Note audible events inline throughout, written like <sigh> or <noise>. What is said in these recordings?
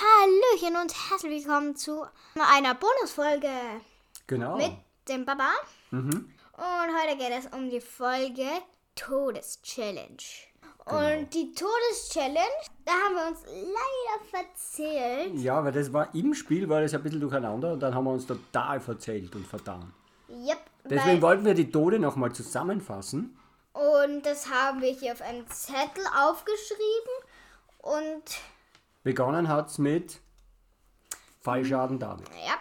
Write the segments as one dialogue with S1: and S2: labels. S1: Hallöchen und herzlich willkommen zu einer Bonusfolge
S2: Genau.
S1: mit dem Baba.
S2: Mhm.
S1: Und heute geht es um die Folge Todeschallenge.
S2: Genau.
S1: Und die Todeschallenge, da haben wir uns leider verzählt.
S2: Ja, weil das war im Spiel, war das ein bisschen durcheinander und dann haben wir uns total verzählt und vertan.
S1: Yep,
S2: Deswegen
S1: weil,
S2: wollten wir die Tode nochmal zusammenfassen.
S1: und das haben wir hier auf einem Zettel aufgeschrieben. Und
S2: Begonnen hat es mit Fallschaden David.
S1: ja,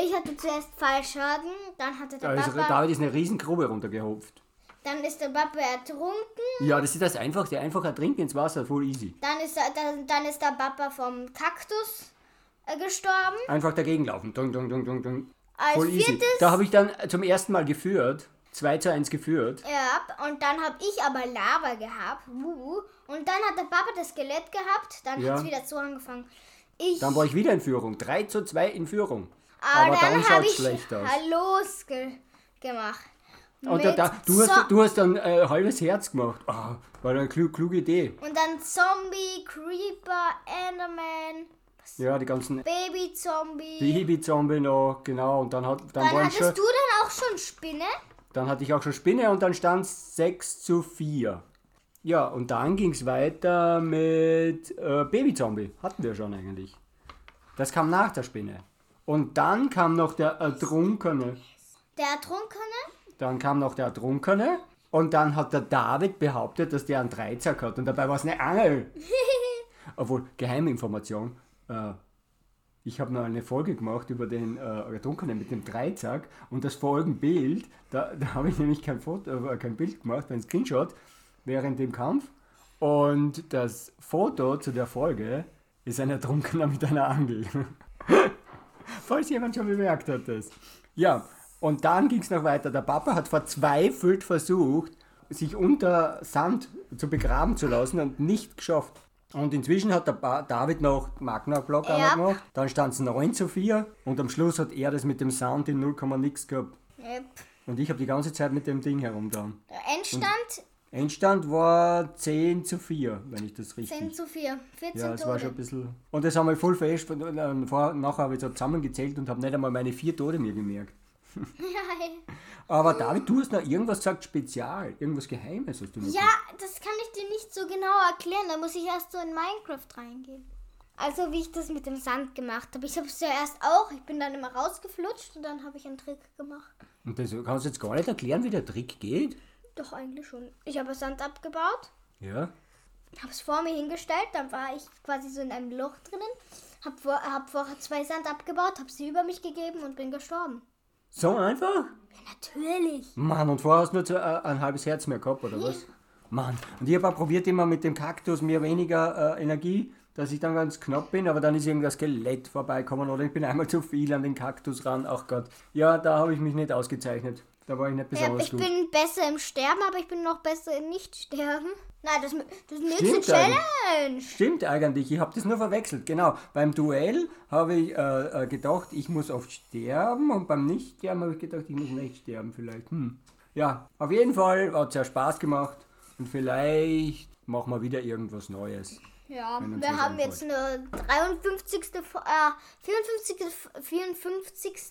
S1: ich hatte zuerst Fallschaden, dann hatte
S2: Da
S1: der
S2: ist,
S1: Papa,
S2: Also, David ist eine Riesengrube runtergehopft.
S1: dann ist der Papa ertrunken.
S2: Ja, das ist das Einfachste. Einfach ertrinken ins Wasser, voll easy.
S1: Dann ist, da- dann, dann ist der Papa vom Kaktus äh, gestorben.
S2: Einfach dagegen laufen. Dung, dung, dung, dung, dung.
S1: Als
S2: Voll easy.
S1: viertes.
S2: Da habe ich dann zum ersten Mal geführt. 2 zu 1 geführt.
S1: Ja, und dann habe ich aber Lava gehabt. Wuhu. Und dann hat der Papa das Skelett gehabt. Dann
S2: Ja.
S1: hat es wieder so angefangen. Ich,
S2: Dann war ich wieder in Führung. 3 zu 2 in Führung.
S1: aber,
S2: aber dann
S1: dann
S2: schaut's
S1: habe ich
S2: schlecht aus.
S1: Hallos ge gemacht.
S2: Und da, da,
S1: Mit
S2: du, hast,
S1: Zo-
S2: du hast dann äh, halbes Herz gemacht. Ah, war eine klug, kluge Idee.
S1: und dann Zombie, Creeper, Enderman,
S2: Ja, die ganzen
S1: Baby-Zombie.
S2: Baby-Zombie noch, genau. Und dann, hat, dann,
S1: Dann
S2: waren
S1: hattest
S2: schon,
S1: du dann auch schon Spinne.
S2: dann hatte ich auch schon Spinne und dann stand es 6 zu 4. Ja, und dann ging es weiter mit äh, Baby-Zombie. Hatten wir schon eigentlich. Das kam nach der Spinne. Und dann kam noch der Ertrunkene.
S1: Der Ertrunkene.
S2: Dann kam noch der Ertrunkene. Und dann hat der David behauptet, dass der einen Dreizack hat. Und dabei war es eine Angel. Obwohl, Geheiminformation. Äh, ich habe noch eine Folge gemacht über den äh, Ertrunkenen mit dem Dreizack. Und das Folgenbild, da, da habe ich nämlich kein, Foto, äh, kein Bild gemacht, ein Screenshot während dem Kampf. Und das Foto zu der Folge ist ein Ertrunkener mit einer Angel. Falls jemand schon bemerkt hat das. Ja, und dann ging es noch weiter. Der Papa hat verzweifelt versucht, sich unter Sand zu begraben zu lassen und nicht geschafft. Und inzwischen hat der ba David noch Magna Block
S1: Ja.
S2: gemacht. Dann stand es 9 zu 4 und am Schluss hat er das mit dem Sound in 0, nix gehabt.
S1: Yep.
S2: Und ich habe die ganze Zeit mit dem Ding herumgetan.
S1: Der Endstand
S2: Endstand war 10 zu 4, wenn ich das richtig
S1: 10 zu 4. 14
S2: Hm. ja, es war
S1: Tode. <laughs>
S2: schon ein bisschen. Und das haben wir voll verhascht. und, ähm, Vorher, nachher habe ich so zusammengezählt und habe nicht einmal meine vier Tode mir gemerkt. Aber David, du hast noch irgendwas gesagt spezial, irgendwas Geheimes hast du mir
S1: Ja,
S2: gesagt.
S1: das kann ich dir nicht so genau erklären. Da muss ich erst so in Minecraft reingehen. Also wie ich das mit dem Sand gemacht habe. Ich habe es ja erst auch. Ich bin dann immer rausgeflutscht und dann habe ich einen Trick gemacht.
S2: Und das kannst du jetzt gar nicht erklären, wie der Trick geht.
S1: Doch eigentlich schon. Ich habe Sand abgebaut,
S2: Ja.
S1: habe es vor mir hingestellt. Dann war ich quasi so in einem Loch drinnen. Habe vor, hab vorher zwei Sand abgebaut, habe sie über mich gegeben und bin gestorben.
S2: So einfach?
S1: Natürlich.
S2: Mann, und vorher hast du nur zu, äh, ein halbes Herz mehr gehabt, oder was? Mann, und ich habe auch probiert immer mit dem Kaktus mir weniger äh, Energie, dass ich dann ganz knapp bin, aber dann ist irgendein Skelett vorbeikommen oder ich bin einmal zu viel an den Kaktus ran. Ach Gott. Ja, da habe ich mich nicht ausgezeichnet. Da war ich nicht
S1: Ja,
S2: besonders
S1: Ähm, ich
S2: gut.
S1: bin besser im Sterben, aber ich bin noch besser im Nicht-Sterben. Nein, das, das nächste
S2: Stimmt
S1: Challenge.
S2: Stimmt eigentlich, ich habe das nur verwechselt. Genau, beim Duell habe ich äh, äh, gedacht, ich muss auf Sterben und beim Nicht-Sterben habe ich gedacht, ich muss nicht sterben vielleicht. Hm. Ja, auf jeden Fall hat es ja Spaß gemacht und vielleicht machen wir wieder irgendwas Neues.
S1: Ja,
S2: Wenn uns
S1: wir
S2: das
S1: haben
S2: einfällt.
S1: jetzt eine 53. Fo- Äh, 54. F- 54.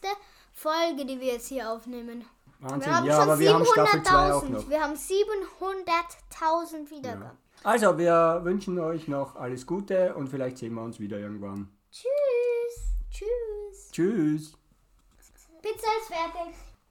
S1: Folge, die wir jetzt hier aufnehmen.
S2: Wahnsinn,
S1: Wir haben
S2: ja, aber
S1: schon
S2: wir haben Staffel 2 auch
S1: 700.000.
S2: noch.
S1: Wir haben 700.000 Wiedergaben.
S2: Also, wir wünschen euch noch alles Gute und vielleicht sehen wir uns wieder irgendwann.
S1: Tschüss. Tschüss.
S2: Tschüss!
S1: Pizza ist fertig.